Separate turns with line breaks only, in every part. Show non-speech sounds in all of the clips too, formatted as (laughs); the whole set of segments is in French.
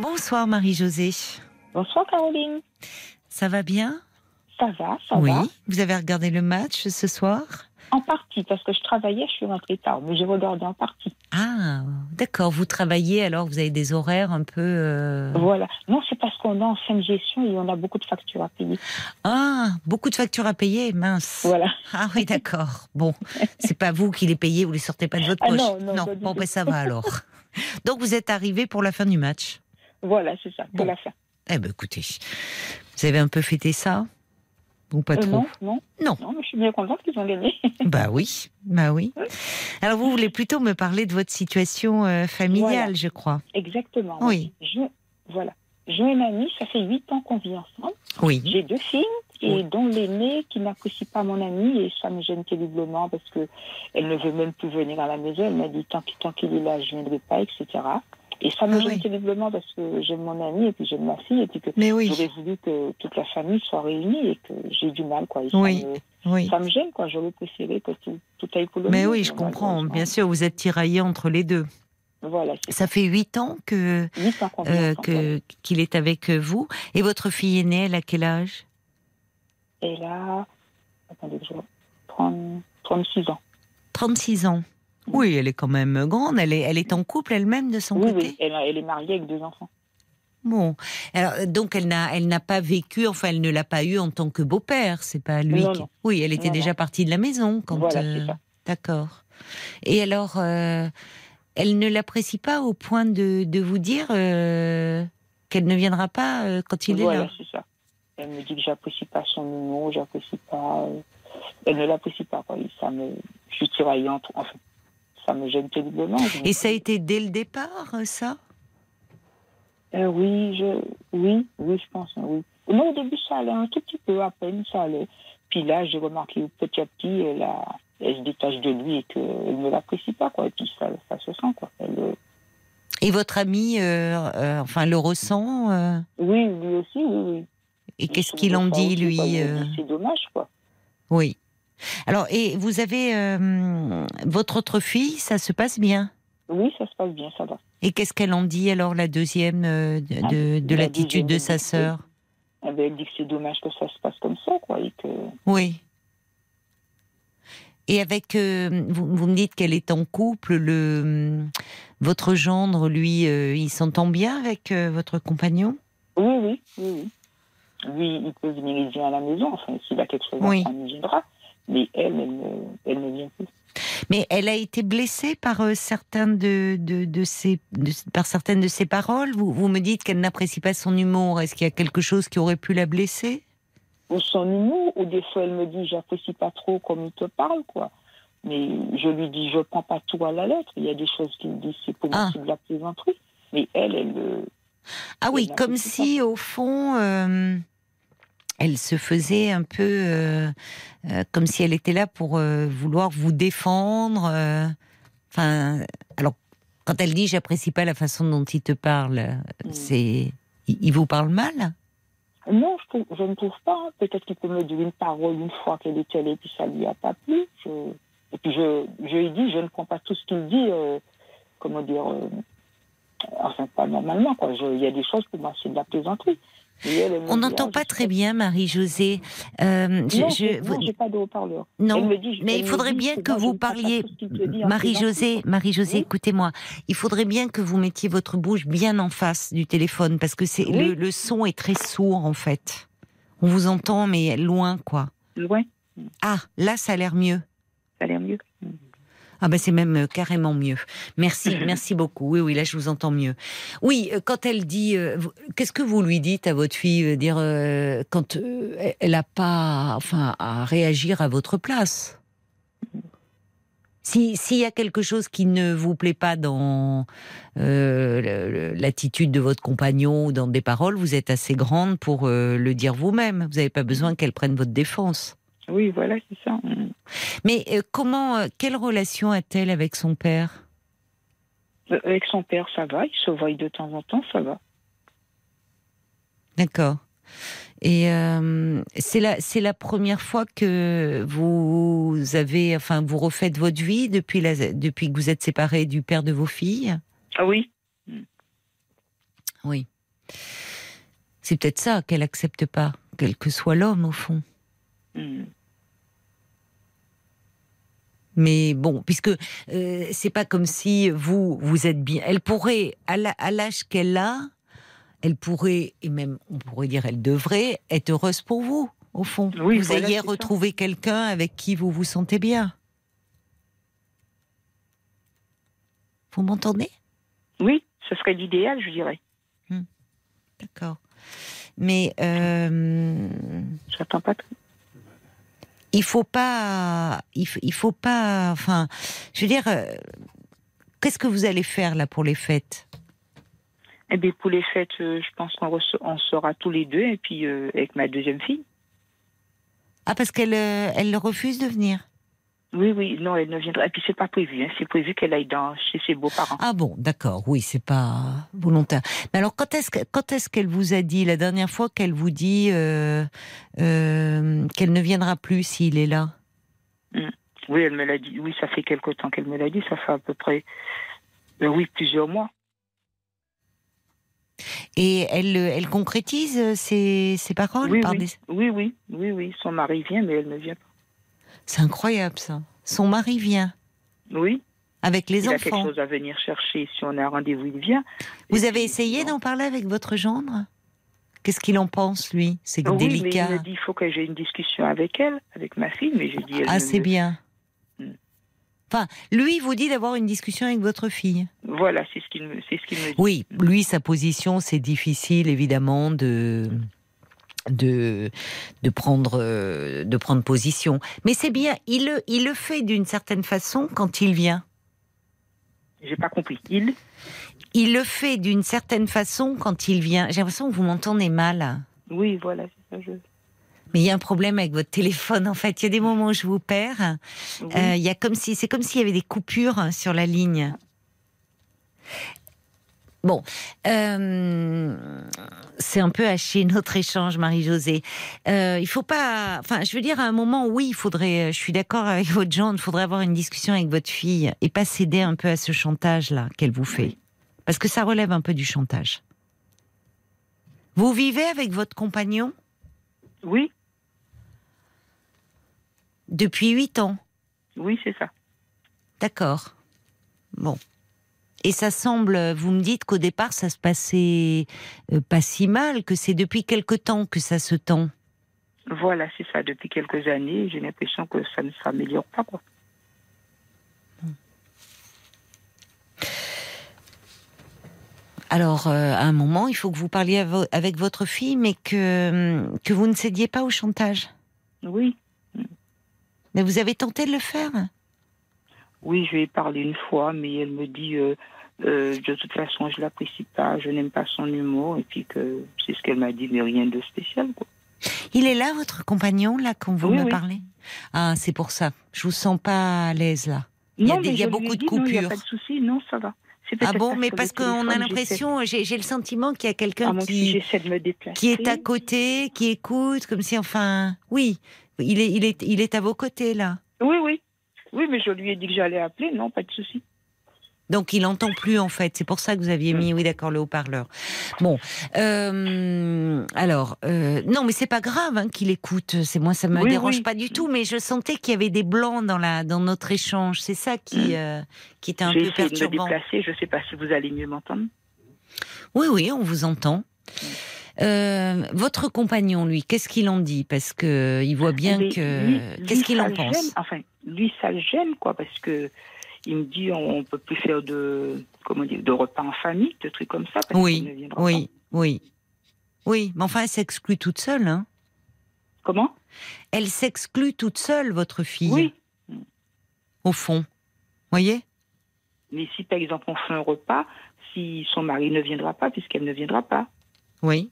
Bonsoir Marie-Josée.
Bonsoir Caroline.
Ça va bien
Ça va, ça
Oui.
va.
Vous avez regardé le match ce soir
En partie, parce que je travaillais, je suis rentrée tard, mais j'ai regardé en partie.
Ah, d'accord. Vous travaillez alors, vous avez des horaires un peu. euh,
Voilà. Non, c'est parce qu'on est en fin de gestion et on a beaucoup de factures
(laughs)
à payer.
Ah, beaucoup de factures à payer, mince.
Voilà.
Ah oui, d'accord.
(laughs)
Bon, c'est pas vous qui les payez, vous les sortez pas de votre
Ah
poche.
non, non, pas du
bon,
tout.
ben, ça va
(laughs)
alors. Donc vous êtes arrivé pour la fin du match.
Voilà, c'est ça, pour
Bon.
la fin.
Eh ben écoutez, vous avez un peu fêté ça ou pas
Euh,
trop
non, non,
Non.
non, mais je suis bien contente qu'ils ont gagné. (laughs)
Bah oui, bah oui. Alors vous voulez plutôt me parler de votre situation euh, familiale,
Voilà.
je crois.
Exactement.
Oui,
Je, voilà. Je et mamie, ça fait huit ans qu'on vit ensemble.
oui.
J'ai deux filles, et
Hmm. Oui.
dont l'aînée qui n'apprécie pas mon amie, et ça me gêne terriblement parce que elle ne veut même plus venir à la maison. Elle m'a dit tant qu'il tant qu'il est là, je ne viendrai pas, etc. Et ça me
Ah
gêne
oui.
terriblement parce que j'aime mon amie et puis j'aime ma fille, et puis que
Mais oui,
j'aurais voulu que toute la famille soit réunie et que j'ai du mal, quoi. Et
Oui.
ça, me,
oui.
ça me gêne, quoi. J'aurais préféré que tout, tout aille pour le
Mais
mieux,
oui, je comprends. Bien
hein.
sûr, vous êtes tiraillé entre les deux.
Voilà, c'est
Ça fait huit ans que
huit ans qu'on vit
euh,
ensemble, voilà.
que- qu'il est avec vous. Et votre fille aînée, elle a quel âge
Et là, attendez, je vais prendre 36 ans.
36 ans. Oui, elle est quand même grande. Elle est, elle est en couple elle-même de son
Oui,
côté.
oui, elle, a- elle est mariée avec deux enfants.
Bon. Alors, euh, donc, elle n'a, elle n'a pas vécu, enfin, elle ne l'a pas eu en tant que beau-père. C'est pas lui
Non,
qui.
non.
Oui, elle était
Non,
déjà
non.
partie de la maison quand.
Voilà,
euh,
c'est ça.
D'accord. Et alors, euh, elle ne l'apprécie pas au point de, de vous dire euh, qu'elle ne viendra pas euh, quand il est
voilà,
là.
c'est ça. Elle me dit que j'apprécie pas son humour, j'apprécie pas. euh, Elle ne l'apprécie pas, quoi. Et ça me. Je suis tiraillante, enfin. Ça me gêne terriblement.
Et ça a été dès le départ, euh, ça
Euh, oui, je. Oui, oui, je pense, hein, oui. Non, au début, ça allait un tout petit peu, à peine, ça allait. Puis là, j'ai remarqué petit à petit, elle, a- elle se détache de lui et qu'elle ne l'apprécie pas, quoi. Et puis ça, ça se sent, quoi. Elle, euh,
Et votre ami, euh, euh, enfin, le ressent euh,
Oui, lui aussi, oui, oui.
Et
Ils
qu'est-ce
sont
qu'il en
contents
dit,
aussi, bah,
lui
quoi. Ils
euh,
disent, C'est dommage, quoi.
Oui. Alors, et vous avez euh, votre autre fille, ça se passe bien.
Oui, ça se passe bien, ça va.
Et qu'est-ce qu'elle en dit alors, la deuxième, euh,
Ah,
de, de, de
la
l'attitude de
deuxième,
sa
oui.
sœur
Eh ben, elle dit que c'est dommage que ça se passe comme ça, quoi. Et que...
Oui. Et avec, euh, vous, vous me dites qu'elle est en couple, le, mm, votre gendre, lui, euh, il s'entend bien avec euh, votre compagnon
Oui, oui, oui, oui. Lui, il peut venir, il vient à la maison. Enfin, s'il a quelque chose
Oui.
à prendre, il viendra. Mais elle, elle ne, elle ne vient plus.
Mais elle a été blessée par, euh, certains de, de, de ses, de- par certaines de ses paroles vous, vous me dites qu'elle n'apprécie pas son humour. Est-ce qu'il y a quelque chose qui aurait pu la blesser
Ou son humour, ou des fois, elle me dit, j'apprécie pas trop comme il te parle, quoi. Mais je lui dis, je prends pas tout à la lettre. Il y a des choses qu'il dit, c'est pour moi,
Ah.
c'est de la plaisanterie. Mais elle, elle, euh,
Ah oui,
Elle n'apprécie
comme si au fond, euh, elle se faisait un peu euh, euh, comme si elle était là pour euh, vouloir vous défendre. euh, Enfin, alors quand elle dit j'apprécie pas la façon dont il te parle, euh,
Mm.
c'est il il vous parle mal.
Non, je, trouve- je ne trouve pas. hein. Peut-être qu'il peut me dire une parole une fois qu'elle est allée, puis ça lui a pas plu. Je- Et puis je, je lui dis, je ne prends pas tout ce qu'il dit, euh, comment dire, euh, enfin pas normalement. Quoi. Je- Il y a des choses pour moi, c'est de la plaisanterie. Et elle, elle me
On
dit,
n'entend
ah,
pas
je-
très bien Marie-Josée. Euh, je-
Non,
je-
je-
vous-
non, j'ai pas de haut-parleur.
non.
Elle me dit-
mais
elle
il
me
faudrait
dit,
bien
c'est
que
moi, je
vous
ne prends pas
parliez-
tout ce qu'il te dit en
Marie-Josée, Marie-Josée,
Oui.
écoutez-moi. Il faudrait bien que vous mettiez votre bouche bien en face du téléphone parce que c'est
Oui.
le, le son est très sourd en fait. On vous entend mais loin quoi.
plaisanterie. Ouais,
Ah, là ça a l'air mieux.
ça a l'air mieux.
Ah ben c'est même euh, carrément mieux. Merci, merci beaucoup. Oui, oui, là je vous entends mieux. Oui, euh, quand elle dit, euh, vous- qu'est-ce que vous lui dites à votre fille euh, Dire euh, quand euh, elle- elle a pas, enfin, à réagir à votre place. Si- S'il y a quelque chose qui ne vous plaît pas dans euh, le- le- l'attitude de votre compagnon ou dans des paroles, vous êtes assez grande pour euh, le dire vous-même. Vous n'avez pas besoin qu'elle prenne votre défense.
Oui, voilà, c'est ça. Mm.
Mais euh, comment, euh, quelle relation a-t-elle avec son père
Euh, Avec son père, ça va. Il se voit de temps en temps, ça va.
D'accord. Et euh, c'est la c'est la première fois que vous avez enfin vous refaites votre vie depuis la depuis que vous êtes séparés du père de vos filles.
Ah oui
Oui. C'est peut-être ça qu'elle accepte pas, quel que soit l'homme au fond.
Hmm.
Mais bon, puisque euh, c'est pas comme si vous vous êtes bien. Elle pourrait, à la- à l'âge qu'elle a, elle pourrait et même on pourrait dire elle devrait être heureuse pour vous au fond.
Oui,
vous
voilà,
ayez
c'est ça.
retrouvé quelqu'un avec qui vous vous sentez bien. Vous m'entendez
Oui, ce serait l'idéal, je dirais.
D'accord. Mais euh,
J'attends pas trop.
il faut pas, il faut, il faut pas, enfin, je veux dire, euh, qu'est-ce que vous allez faire là pour les fêtes
Eh bien, pour les fêtes, euh, je pense qu'on rece- on sera tous les deux, et puis euh, avec ma deuxième fille.
Ah, parce qu'elle euh, elle refuse de venir.
Oui, oui, non, elle ne viendra. Et puis, c'est pas prévu. hein. C'est prévu qu'elle aille dans, chez ses beaux-parents.
Ah bon, d'accord, oui, c'est pas volontaire. Mais alors, quand est-ce que- quand est-ce qu'elle vous a dit, la dernière fois qu'elle vous dit euh, euh, qu'elle ne viendra plus s'il est là
Oui, elle me l'a dit. Oui, ça fait quelque temps qu'elle me l'a dit. Ça fait à peu près, euh, oui, plusieurs mois.
Et elle, euh, elle concrétise euh, ses, ses paroles
oui,
par
oui.
des-
oui, oui, oui, oui. Son mari vient, mais elle ne vient pas.
C'est incroyable, ça. Son mari vient
Oui,
avec les
il a quelque
enfants.
chose à venir chercher. Si on a un rendez-vous, il vient.
Vous
Et
avez
puis,
essayé
non.
d'en parler avec votre gendre Qu'est-ce qu'il en pense, lui C'est
Oui,
délicat.
mais il me dit il faut que j'ai une discussion avec elle, avec ma fille, mais j'ai dit. elle
Ah,
ne
c'est
me-
bien.
Mm.
Enfin, lui vous dit d'avoir une discussion avec votre fille.
Voilà, c'est ce qu'il me, c'est ce qu'il me dit.
Oui, lui, sa position, c'est difficile, évidemment, de de de prendre euh, de prendre position. Mais c'est bien, il le, il le fait d'une certaine façon quand il vient.
J'ai pas compris. Il
Il le fait d'une certaine façon quand il vient. J'ai l'impression que vous m'entendez mal.
Oui, voilà, c'est ça. Je...
Mais il y a un problème avec votre téléphone. En fait, il y a des moments où je vous perds.
Oui.
Euh, il y a comme si, c'est comme s'il y avait des coupures hein, sur la ligne. Bon, euh, c'est un peu haché notre échange, Marie-Josée. Euh, il faut pas, enfin, je veux dire, à un moment, oui, il faudrait. euh, Je suis d'accord avec votre genre, il faudrait avoir une discussion avec votre fille et pas céder un peu à ce chantage-là qu'elle vous fait, parce que ça relève un peu du chantage. Vous vivez avec votre compagnon
oui,
depuis huit ans.
oui, c'est ça.
D'accord. Bon. Et ça semble, vous me dites qu'au départ, ça se passait euh, pas si mal, que c'est depuis quelque temps que ça se tend.
Voilà, c'est ça. Depuis quelques années, j'ai l'impression que ça ne s'améliore pas. Quoi.
Alors, euh, à un moment, il faut que vous parliez avo- avec votre fille, mais que, hum, que vous ne cédiez pas au chantage.
Oui,
Mais vous avez tenté de le faire
oui, je lui ai parlé une fois, mais elle me dit euh, euh, de toute façon, je l'apprécie pas, je n'aime pas son humour, et puis que c'est ce qu'elle m'a dit, mais rien de spécial. Quoi.
Il est là, votre compagnon, là, quand vous
Oui,
me
oui.
parlez Ah, c'est pour ça. Je vous sens pas à l'aise, là. Il y a des-
mais
il y a
je lui ai
beaucoup de
dit, non, Il n'y a
coupures.
pas de souci, non, ça va. C'est
Ah
peut-être
bon, mais parce
le
qu'on a
téléphone,
l'impression, j'ai j'ai le sentiment qu'il y a
j'essaie- Ah,
quelqu'un
moi aussi,
qui...
j'essaie de me déplacer.
qui est à côté, qui écoute, comme si enfin, oui, il est, il est, il est à vos côtés là.
Oui, oui. Oui, mais je lui ai dit que j'allais appeler, non, pas de souci.
Donc il entend plus en fait. C'est pour ça que vous
Mm.
aviez mis, oui d'accord, le haut-parleur. Bon, euh, alors euh, non, mais c'est pas grave hein, qu'il écoute. C'est moi, ça me
Oui,
dérange
oui.
pas du tout. Mais je sentais qu'il y avait des blancs dans la, dans notre échange. C'est ça qui, euh, qui était un
Mm. J'ai
peu
essayé de me
perturbant.
déplacer, je ne sais pas si vous allez mieux m'entendre.
Oui, oui, on vous entend. Euh, votre compagnon, lui, qu'est-ce qu'il en dit Parce que euh, il voit bien
Mais lui-
que.
lui,
Qu'est-ce qu'il
ça
en
le
pense
gêne. Enfin, lui, ça le gêne, quoi, parce que il me dit on, ne peut plus faire de comment dire de repas en famille, de trucs comme ça. Parce
Oui,
qu'il ne viendra
Oui, oui. Oui, mais enfin, elle s'exclut toute seule. Hein.
pas. Comment
Elle s'exclut toute seule, votre fille,
Oui.
au fond. Voyez
Mais si par exemple on fait un repas, si son mari ne viendra pas, puisqu'elle ne viendra pas.
Oui.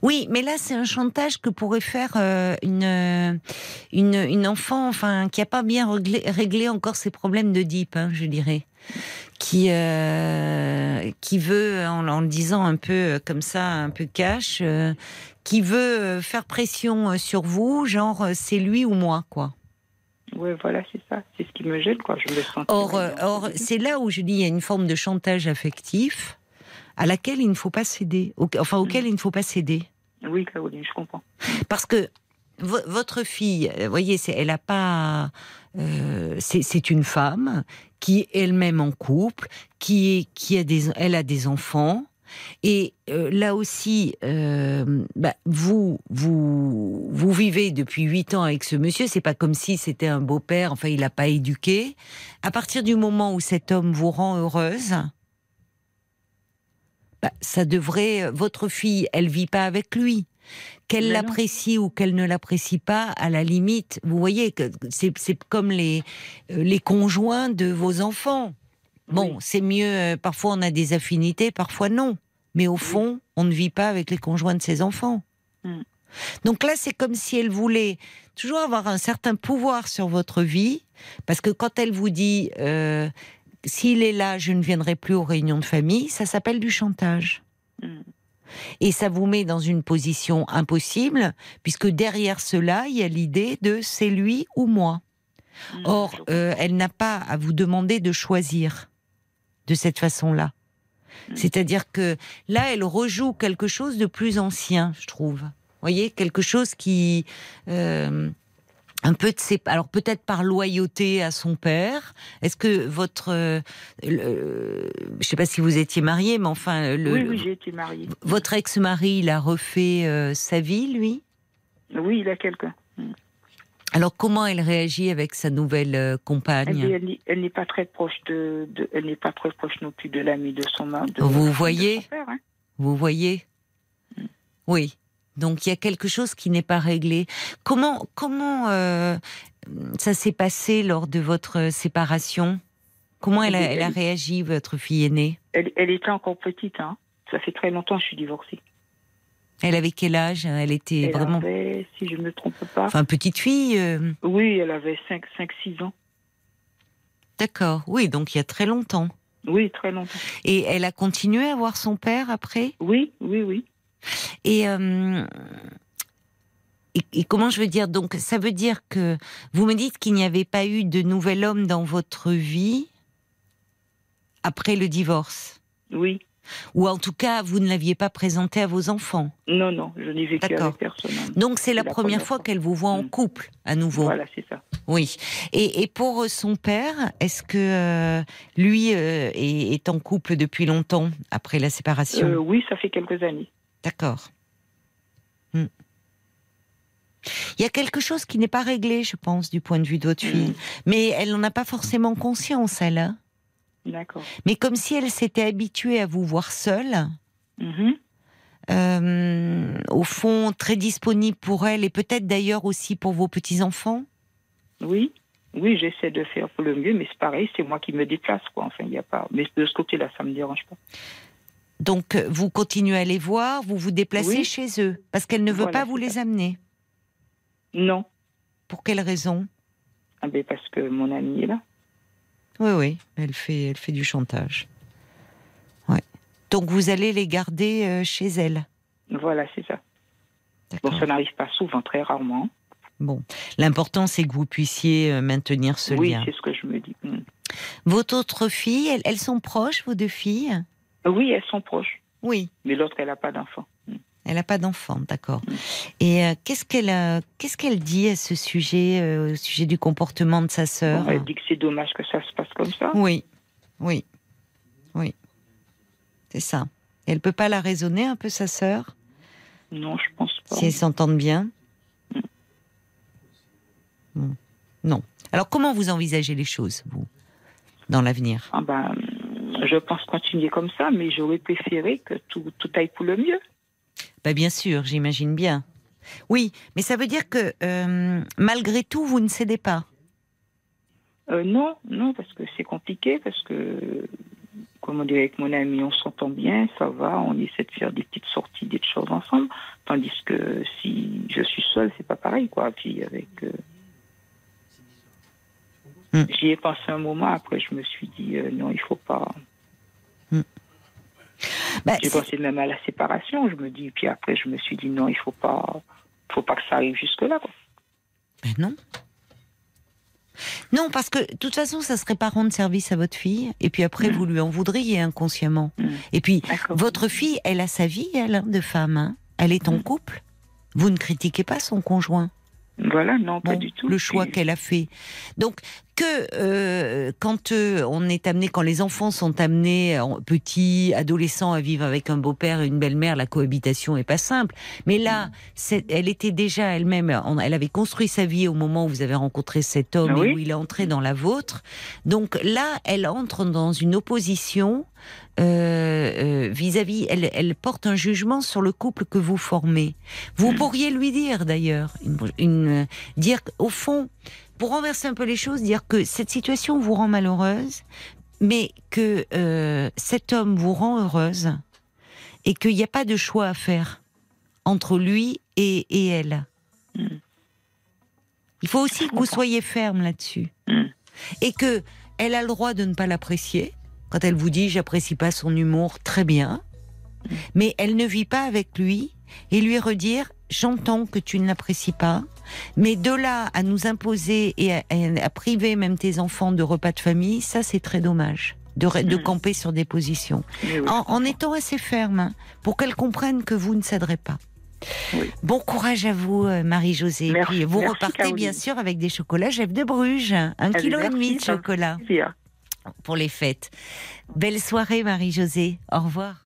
Oui, mais là, c'est un chantage que pourrait faire euh, une, euh, une, une enfant enfin, qui n'a pas bien réglé, réglé encore ses problèmes de deep, hein, je dirais. Qui, euh, qui veut, en, en le disant un peu euh, comme ça, un peu cash, euh, qui veut euh, faire pression euh, sur vous, genre euh, c'est lui ou moi, quoi.
Ouais, voilà, c'est ça. C'est ce qui
euh,
me gêne, quoi. Je me sens. hein.
Or, euh, or c'est là où je dis il y a une forme de chantage affectif. à laquelle il ne faut pas céder, au- enfin auquel il ne faut pas céder.
Oui, Caroline, je comprends.
Parce que vo- votre fille, euh, voyez, c'est- elle a pas. euh, c'est c'est une femme qui est elle-même en couple, qui est, qui a des, elle a des enfants. Et euh, là aussi, euh, bah, vous, vous, vous vivez depuis huit ans avec ce monsieur. C'est pas comme si c'était un beau-père. Enfin, il l'a pas éduqué. À partir du moment où cet homme vous rend heureuse, bah, ça devrait. Votre fille, elle vit pas avec lui qu'elle
Mais non.
l'apprécie ou qu'elle ne l'apprécie pas, à la limite, vous voyez que c'est c'est comme les, euh, les conjoints de vos enfants. Bon,
Oui.
c'est mieux, euh, parfois on a des affinités, parfois non. Mais au fond, on ne vit pas avec les conjoints de ses enfants.
Mm.
Donc là, c'est comme si elle voulait toujours avoir un certain pouvoir sur votre vie, parce que quand elle vous dit, euh, s'il est là, je ne viendrai plus aux réunions de famille, ça s'appelle du chantage
Mm.
et ça vous met dans une position impossible, puisque derrière cela, il y a l'idée de c'est lui ou moi.
Mm.
Or, euh, elle n'a pas à vous demander de choisir de cette façon-là.
Mm.
C'est-à-dire que là, elle rejoue quelque chose de plus ancien, je trouve. Vous voyez, quelque chose qui... euh, un peu de ses... Alors peut-être par loyauté à son père. Est-ce que votre... euh, le- je sais pas si vous étiez marié, mais enfin... Le,
oui, oui, j'ai été mariée.
votre ex-mari, il a refait euh, sa vie, lui
Oui, il a quelqu'un.
Alors, comment elle réagit avec sa nouvelle euh,
Elle, dit-
compagne
elle n'est- elle n'est pas très proche de, de- elle n'est pas très proche non plus de l'ami de son mari. de-
Vous
de son
voyez
père, hein.
Vous voyez Oui. Donc, il y a quelque chose qui n'est pas réglé. Comment, comment euh, ça s'est passé lors de votre séparation Comment elle a, elle a réagi, votre fille aînée
Elle, elle était encore petite, hein. Ça fait très longtemps que je suis divorcée.
Elle avait quel âge Elle était
elle
vraiment...
avait, si je ne me trompe pas,
Enfin, petite fille euh,
oui, elle avait 5, 5 6 ans.
D'accord. Oui, donc il y a très longtemps.
Oui, très longtemps.
Et elle a continué à voir son père après
Oui, oui, oui.
Et, euh, et, et comment je veux dire Donc, ça veut dire que vous me dites qu'il n'y avait pas eu de nouvel homme dans votre vie après le divorce,
Oui.
ou en tout cas, vous ne l'aviez pas présenté à vos enfants.
Non, non, je n'ai vécu
D'accord.
avec personne. hein.
Donc, c'est la,
La
première
première
fois
fois.
qu'elle vous voit en
Mm.
couple à nouveau.
Voilà, c'est ça.
Oui. Et, et pour euh, son père, est-ce que euh, lui euh, est, est en couple depuis longtemps après la séparation
Euh, oui, ça fait quelques années.
D'accord. Hmm. Il y a quelque chose qui n'est pas réglé, je pense, du point de vue de
Hmm.
votre fille. Mais elle n'en a pas forcément conscience, elle. hein.
D'accord.
Mais comme si elle s'était habituée à vous voir seule,
Mhm.
euh, au fond, très disponible pour elle et peut-être d'ailleurs aussi pour vos petits-enfants.
Oui. Oui, j'essaie de faire pour le mieux, mais c'est pareil, c'est moi qui me déplace, quoi. Enfin, il n'y a pas. Mais de ce côté-là, ça me dérange pas.
Donc, euh, vous continuez à les voir, vous vous déplacez
Oui.
chez eux, parce qu'elle ne veut
Voilà,
pas vous
c'est
les
ça.
amener.
Non.
Pour quelle raison
Ah ben parce que mon ami est là.
Oui, oui, elle fait, elle fait du chantage. Ouais. Donc, vous allez les garder euh, chez elle.
Voilà, c'est ça. Bon,
D'accord.
ça n'arrive pas souvent, très rarement.
Bon, l'important c'est que vous puissiez euh, maintenir ce
oui,
lien.
c'est ce que je me dis. Mm.
Votre autre fille, elles, elles sont proches, vos deux filles
Oui, elles sont proches,
Oui,
mais l'autre, elle n'a pas d'enfant. Mm.
elle n'a pas d'enfant, d'accord.
Mm.
Et euh, qu'est-ce qu'elle euh, qu'est-ce qu'elle dit à ce sujet, euh, au sujet du comportement de sa sœur
Bon, elle dit que c'est dommage que ça se passe comme ça.
Oui, oui, oui. C'est ça. Elle peut pas la raisonner un peu sa sœur
Non, je pense pas.
Si elles s'entendent bien
Mm.
Bon. Non. Alors comment vous envisagez les choses, vous, dans l'avenir
Ah ben, mm, je pense continuer comme ça, mais j'aurais préféré que tout, tout aille pour le mieux.
Bah, bien sûr, j'imagine bien. Oui, mais ça veut dire que euh, malgré tout, vous ne cédez pas.
Euh, non, non, parce que c'est compliqué, parce que, comme on dit avec mon ami, on s'entend bien, ça va, on essaie de faire des petites sorties, des petites choses ensemble, tandis que si je suis seule, c'est pas pareil, quoi. Puis avec. euh,
Mm.
J'y ai pensé un moment, après je me suis dit euh, non, il faut pas.
Bah,
J'ai
c'est-
pensé même à la séparation, je me dis, puis après je me suis dit non, il faut pas, faut pas que ça arrive jusque là, quoi.
bah non. bah, Non, parce que de toute façon, ça serait pas rendre service à votre fille, et puis après, vous lui en voudriez inconsciemment.
Mm.
Et puis,
D'accord.
votre fille, elle a sa vie, elle, hein, de femme. hein. Elle est en
Mm.
couple. Vous ne critiquez pas son conjoint.
Voilà, non, pas
Bon,
du tout.
le choix
Puis-
qu'elle a fait. Donc que euh, quand euh, on est amené, quand les enfants sont amenés en- petits, adolescents à vivre avec un beau-père et une belle-mère, la cohabitation est pas simple. Mais là, c'est- elle était déjà elle-même, en- elle avait construit sa vie au moment où vous avez rencontré cet homme
Ah oui.
et où il est entré dans la vôtre. Donc là, elle entre dans une opposition euh, euh, vis-à-vis, elle, elle porte un jugement sur le couple que vous formez. Vous
Hmm.
pourriez lui dire d'ailleurs, une, une- euh, dire au fond, pour renverser un peu les choses, dire que cette situation vous rend malheureuse, mais que euh, cet homme vous rend heureuse et qu'il n'y a pas de choix à faire entre lui et, et elle.
Mm.
Il faut aussi que vous
comprends.
soyez ferme là-dessus
Mm.
et que elle a le droit de ne pas l'apprécier. Quand elle vous dit j'apprécie pas son humour, très bien. Mais elle ne vit pas avec lui et lui redire j'entends que tu ne l'apprécies pas. Mais de là à nous imposer et à, à- à priver même tes enfants de repas de famille, ça c'est très dommage. De, re- de
Mm.
camper sur des positions.
Mais oui,
En,
je
en
comprends.
étant assez ferme, hein, pour qu'elle comprenne que vous ne céderez pas.
Oui.
Bon courage à vous, euh, Marie-Josée. Et
Merci-
puis, vous
merci,
repartez bien
Caroline.
sûr avec des chocolats Jeff de Bruges. Un
Allez,
kilo et demi de
merci, ça me fait
chocolat
plaisir.
pour les fêtes. Belle soirée, Marie-Josée. Au revoir.